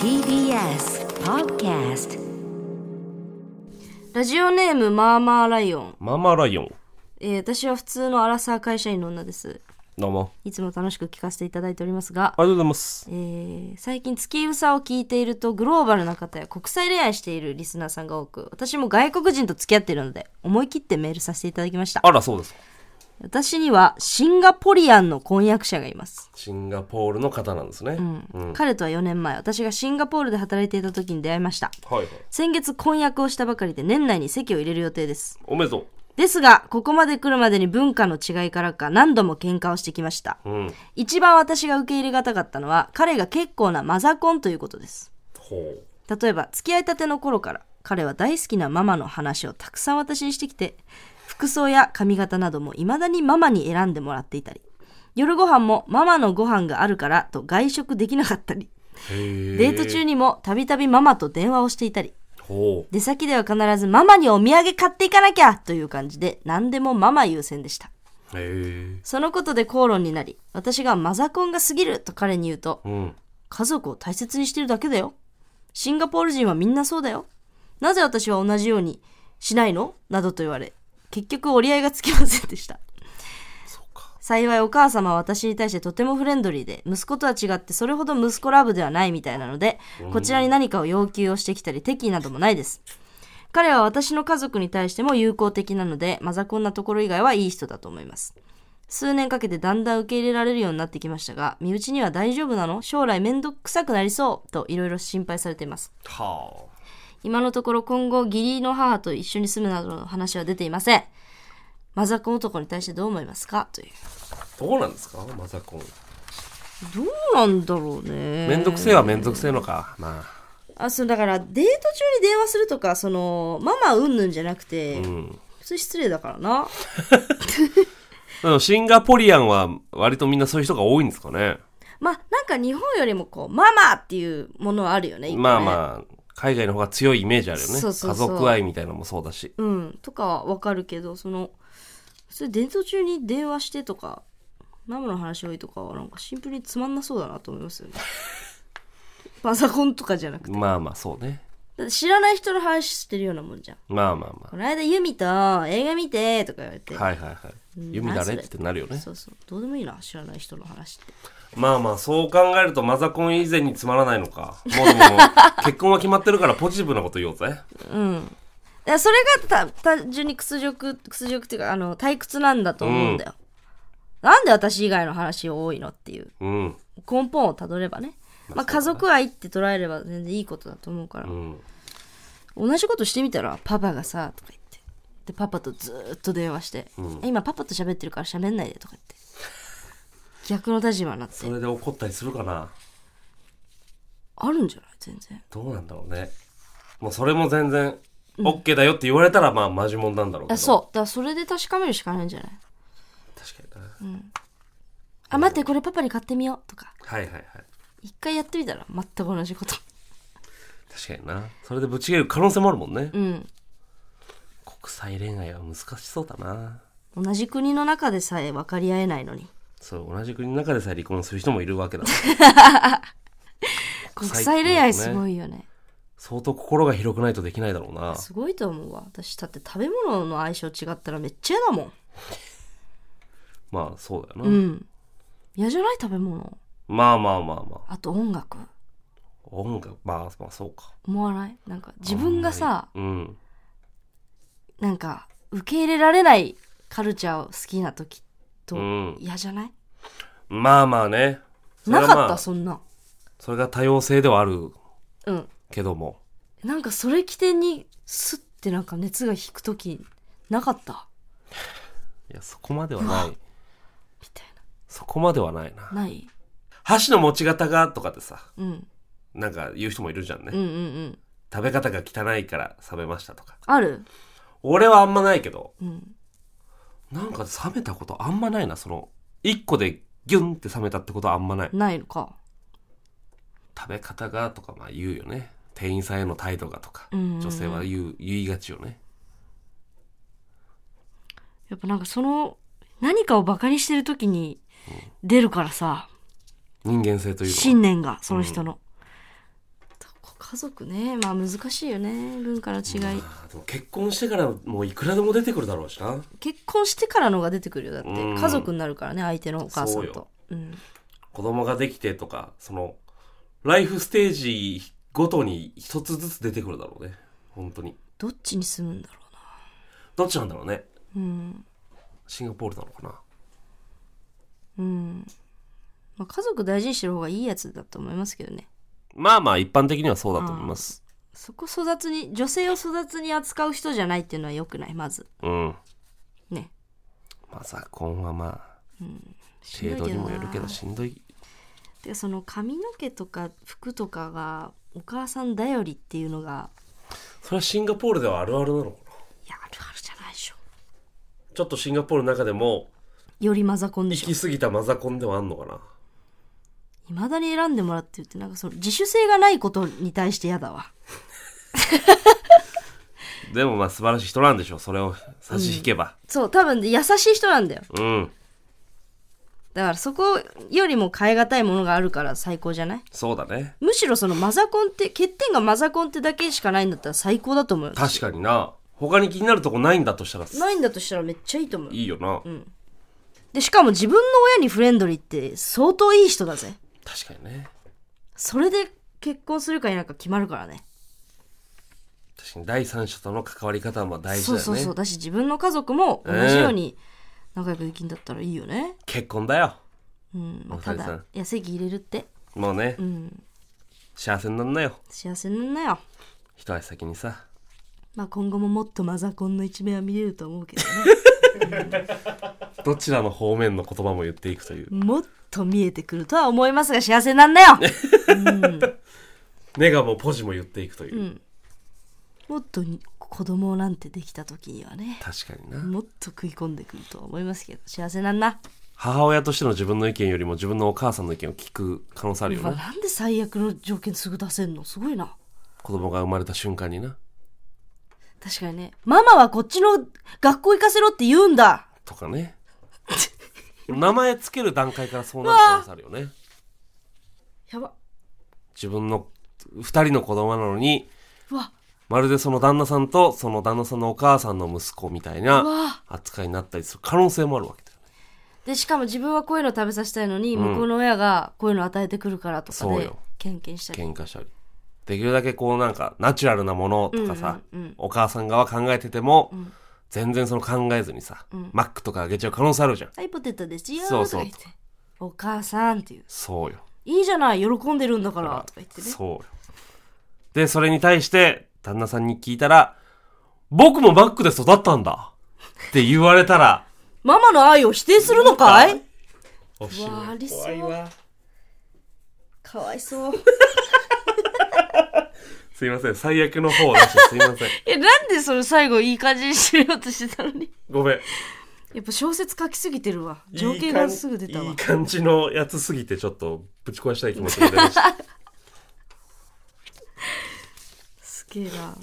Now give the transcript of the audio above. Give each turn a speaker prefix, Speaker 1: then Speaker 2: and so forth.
Speaker 1: TBS Podcast
Speaker 2: ラジオネームまあまあライオン、
Speaker 3: ママライオン。
Speaker 2: えー私は普通のアラサー会社員の女です
Speaker 3: どうも。
Speaker 2: いつも楽しく聞かせていただいておりますが
Speaker 3: あ、りがとうございます。
Speaker 2: えー最近月うさを聞いているとグローバルな方や国際恋愛しているリスナーさんが多く私も外国人と付き合っているので思い切ってメールさせていただきました
Speaker 3: あら、そうですか。
Speaker 2: 私にはシンガポリアンの婚約者がいます
Speaker 3: シンガポールの方なんですね。うん。
Speaker 2: 彼とは4年前私がシンガポールで働いていた時に出会いました
Speaker 3: はいはい。
Speaker 2: 先月婚約をしたばかりで年内に籍を入れる予定です
Speaker 3: おめでと
Speaker 2: ですがここまで来るまでに文化の違いからか何度も喧嘩をしてきました
Speaker 3: う。うん。
Speaker 2: 一番私が受け入れがたかったのは彼が結構なマザコンということです
Speaker 3: ほう。
Speaker 2: 例えば付き合いたての頃から彼は大好きなママの話をたくさん私にしてきて服装や髪型なども未だにママに選んでもらっていたり夜ご飯もママのご飯があるからと外食できなかったり
Speaker 3: へえ。
Speaker 2: デート中にもたびたびママと電話をしていたり
Speaker 3: ほ
Speaker 2: 出先では必ずママにお土産買っていかなきゃという感じで何でもママ優先でした
Speaker 3: う。へえ。
Speaker 2: そのことで口論になり私がマザコンが過ぎると彼に言うと
Speaker 3: うん。
Speaker 2: 家族を大切にしてるだけだよシンガポール人はみんなそうだよなぜ私は同じようにしないのなどと言われ結局折り合いがつきませんでした幸いお母様は私に対してとてもフレンドリーで息子とは違ってそれほど息子ラブではないみたいなのでこちらに何かを要求をしてきたり敵意などもないです彼は私の家族に対しても友好的なのでマザコンなところ以外はいい人だと思います数年かけてだんだん受け入れられるようになってきましたが身内には大丈夫なの将来めんどくさくなりそうといろいろ心配されています
Speaker 3: は
Speaker 2: 今のところ今後義理の母と一緒に住むなどの話は出ていませんマザコン男に対してどう思いますかという
Speaker 3: あ。どうなんですかマザコン。
Speaker 2: どうなんだろうね
Speaker 3: めんどくせえはめんどくせえのか。ま
Speaker 2: あそうだからデート中に電話するとかそのママうんぬんじゃなくて、
Speaker 3: あ。うん。
Speaker 2: それ失礼だからな
Speaker 3: でもシンガポリアンは割とみんなそういう人が多いんですかね。
Speaker 2: まあなんか日本よりもこうママっていうものはあるよね一個ね
Speaker 3: まあまあ、海外の方が強いイメージあるよね。
Speaker 2: そうそうそう
Speaker 3: 家族愛みたいなのもそうだし。
Speaker 2: うんとかはわかるけどそのそれ伝統中に電話してとかママの話多いとかはなんかシンプルにつまんなそうだなと思いますよ ねパソコンとかじゃなくて
Speaker 3: まあまあ、そうね。
Speaker 2: だって知らない人の話してるようなもんじゃん
Speaker 3: まあまあま
Speaker 2: この間ユミと映画見てとか言われて、
Speaker 3: あ。はいはいはい。
Speaker 2: ん
Speaker 3: 弓だ
Speaker 2: 何
Speaker 3: ね
Speaker 2: それ
Speaker 3: ってなるよね。
Speaker 2: そうそうどうでもいいな知らない人の話って
Speaker 3: まあまあそう考えるとマザコン以前につまらないのかも うでも結婚は決まってるからポジティブなこと言おうぜ
Speaker 2: うんいやそれがた単純に屈辱屈辱っていうかあの退屈なんだと思うんだよ、なんで私以外の話多いのっていう
Speaker 3: うん
Speaker 2: 根本をたどればね、まあ、家族愛って捉えれば全然いいことだと思うから、
Speaker 3: うん
Speaker 2: 同じことしてみたらパパがさとか言ってでパパとずーっと電話して、え今パパと喋ってるから喋んないでとか言って逆の立場になって
Speaker 3: それで怒ったりするかな
Speaker 2: あるんじゃない全然
Speaker 3: どうなんだろうねもうそれも全然 OK だよって言われたらまあマジモンなんだろうけど
Speaker 2: あそうだからそれで確かめるしかないんじゃない
Speaker 3: 確かにな、
Speaker 2: あ待ってこれパパに買ってみようとか
Speaker 3: はいはいはい
Speaker 2: 一回やってみたら全く同じこと
Speaker 3: 確かになそれでぶち切れる可能性もあるもんね、
Speaker 2: うん
Speaker 3: 国際恋愛は難しそうだな
Speaker 2: 同じ国の中でさえ分かり合えないのに
Speaker 3: そう同じ国の中でさえ離婚する人もいるわけだ
Speaker 2: 国際恋愛すごいよね
Speaker 3: 相当心が広くないとできないだろうな
Speaker 2: すごいと思うわ私だって食べ物の相性違ったらめっちゃ嫌だもん
Speaker 3: まあそうだよな、
Speaker 2: うん嫌じゃない食べ物
Speaker 3: まあまあまあまあ
Speaker 2: あと音楽
Speaker 3: 音楽まあまあそうか
Speaker 2: 思わないなんか自分がさ
Speaker 3: うん
Speaker 2: なんか受け入れられないカルチャーを好きな時と
Speaker 3: うん
Speaker 2: 嫌じゃない、
Speaker 3: まあまあねそれ
Speaker 2: な
Speaker 3: は
Speaker 2: か
Speaker 3: ま
Speaker 2: っ
Speaker 3: あ
Speaker 2: た、そんな
Speaker 3: それが多様性ではある
Speaker 2: うん
Speaker 3: けども
Speaker 2: なんかそれ起点にスッてなんか熱が引く時なかった
Speaker 3: いやそこまではない
Speaker 2: みたい
Speaker 3: そこまではないな
Speaker 2: なない、
Speaker 3: 箸の持ち方がとかってさ
Speaker 2: うん、
Speaker 3: なんか言う人もいるじゃんね、
Speaker 2: うんうんうん
Speaker 3: 食べ方が汚いから冷めましたとか
Speaker 2: ある
Speaker 3: 俺はあんまないけど
Speaker 2: うん
Speaker 3: なんか冷めたことあんまないなその一個でギュンって冷めたってことはあんまない
Speaker 2: ないのか
Speaker 3: 食べ方がとかまあ言うよね店員さんへの態度がとか
Speaker 2: うんうんうん
Speaker 3: 女性は言う言いがちよね
Speaker 2: やっぱなんかその何かをバカにしてる時に出るからさ
Speaker 3: 人間性というか
Speaker 2: 信念がその人の、家族ねまあ難しいよね文化の違い、
Speaker 3: あーでも結婚してからもういくらでも出てくるだろうしな
Speaker 2: 結婚してからのが出てくるよだって、
Speaker 3: うん
Speaker 2: 家族になるからね相手のお母さ
Speaker 3: そうん
Speaker 2: と
Speaker 3: よ
Speaker 2: うん、
Speaker 3: 子供ができてとかそのライフステージごとに一つずつ出てくるだろうね本当に
Speaker 2: どっちに住むんだろうな
Speaker 3: どっちなんだろうね
Speaker 2: うん、
Speaker 3: シンガポールなのかな
Speaker 2: うんまあ、家族大事にしてる方がいいやつだと思いますけどね
Speaker 3: まあまあ一般的にはそうだと思います
Speaker 2: そこ育つに女性を育つに扱う人じゃないっていうのは良くないまず
Speaker 3: うん
Speaker 2: ね
Speaker 3: マザコンはまあ
Speaker 2: しんど
Speaker 3: 程度
Speaker 2: い
Speaker 3: に
Speaker 2: な
Speaker 3: もよるけどしんどい
Speaker 2: てかその髪の毛とか服とかがお母さん頼りっていうのが
Speaker 3: それはシンガポールではあるあるなのかない
Speaker 2: やあるあるじゃないでしょ
Speaker 3: ちょっとシンガポールの中でも
Speaker 2: よりマザコンで
Speaker 3: 行
Speaker 2: しょ
Speaker 3: き過ぎたマザコンではあんのかない
Speaker 2: まだに選んでもらってるってなんかその自主性がないことに対して嫌だわ
Speaker 3: でもまあ素晴らしい人なんでしょうそれを差し引けば
Speaker 2: そう多分ね優しい人なんだよ
Speaker 3: うん、
Speaker 2: だからそこよりも変え難いものがあるから最高じゃない
Speaker 3: そうだね
Speaker 2: むしろそのマザコンって欠点がマザコンってだけしかないんだったら最高だと思うよ
Speaker 3: 確かにな他に気になるとこないんだとしたら
Speaker 2: ないんだとしたらめっちゃいいと思う
Speaker 3: いいよな、
Speaker 2: でしかも自分の親にフレンドリーって相当いい人だぜ
Speaker 3: 確かにね
Speaker 2: それで結婚するか否か決まるからね
Speaker 3: 確かに第三者との関わり方はまあ大事
Speaker 2: そう
Speaker 3: だよね
Speaker 2: そうそうだし自分の家族も同じように仲良くできんだったらいいよね、
Speaker 3: 結婚だよ
Speaker 2: うんまあ、
Speaker 3: お
Speaker 2: た
Speaker 3: 二人さん
Speaker 2: だいや席入れるって
Speaker 3: もうね、幸せになんなよ
Speaker 2: 幸せになんなよ
Speaker 3: 一足先にさ
Speaker 2: まあ今後ももっとマザコンの一面は見れると思うけど
Speaker 3: どちらの方面の言葉も言っていくという
Speaker 2: ねもっと見えてくるとは思いますが幸せになんなよ
Speaker 3: ネガもポジも言っていくという、
Speaker 2: もっとに子供なんてできた時にはね
Speaker 3: 確かにな、
Speaker 2: もっと食い込んでくるとは思いますけど幸せなんな
Speaker 3: 母親としての自分の意見よりも自分のお母さんの意見を聞く可能性あるよ
Speaker 2: うわ
Speaker 3: な
Speaker 2: なんで最悪の条件すぐ出せんのすごいな
Speaker 3: 子供が生まれた瞬間にな
Speaker 2: 確かにねママはこっちの学校行かせろって言うんだ
Speaker 3: とかね 名前つける段階からそうなる可能性あるよね
Speaker 2: やば
Speaker 3: 自分の二人の子供なのに
Speaker 2: うわ
Speaker 3: まるでその旦那さんとその旦那さんのお母さんの息子みたいな
Speaker 2: わ
Speaker 3: 扱いになったりする可能性もあるわけだよね
Speaker 2: でしかも自分はこういうの食べさせたいのに、向こうの親がこういうの与えてくるからとか
Speaker 3: そう
Speaker 2: で
Speaker 3: よ
Speaker 2: ケンケンしたり
Speaker 3: 喧嘩したりできるだけこうなんかナチュラルなものとかさ、お母さん側考えてても、全然その考えずにさ、マックとかあげちゃう可能性あるじゃん
Speaker 2: 「はいポテトですよ」
Speaker 3: そう
Speaker 2: と
Speaker 3: そ
Speaker 2: か
Speaker 3: う
Speaker 2: 言って「お母さん」っていう
Speaker 3: そうよ
Speaker 2: 「いいじゃない喜んでるんだから」とか言ってね
Speaker 3: そうよでそれに対して旦那さんに聞いたら「僕もマックで育ったんだ」って言われたら
Speaker 2: 「ママの愛を否定するのかい?
Speaker 3: おし」
Speaker 2: わあありそうかわいそう
Speaker 3: すいません最悪の方だしすいません
Speaker 2: えなんでそれ最後いい感じにしようとしてたのに
Speaker 3: ごめん
Speaker 2: やっぱ小説書きすぎてるわ情景がすぐ出たわ
Speaker 3: いい感じいい感じのやつすぎてちょっとぶち壊したい気持ちが出ました
Speaker 2: すげえな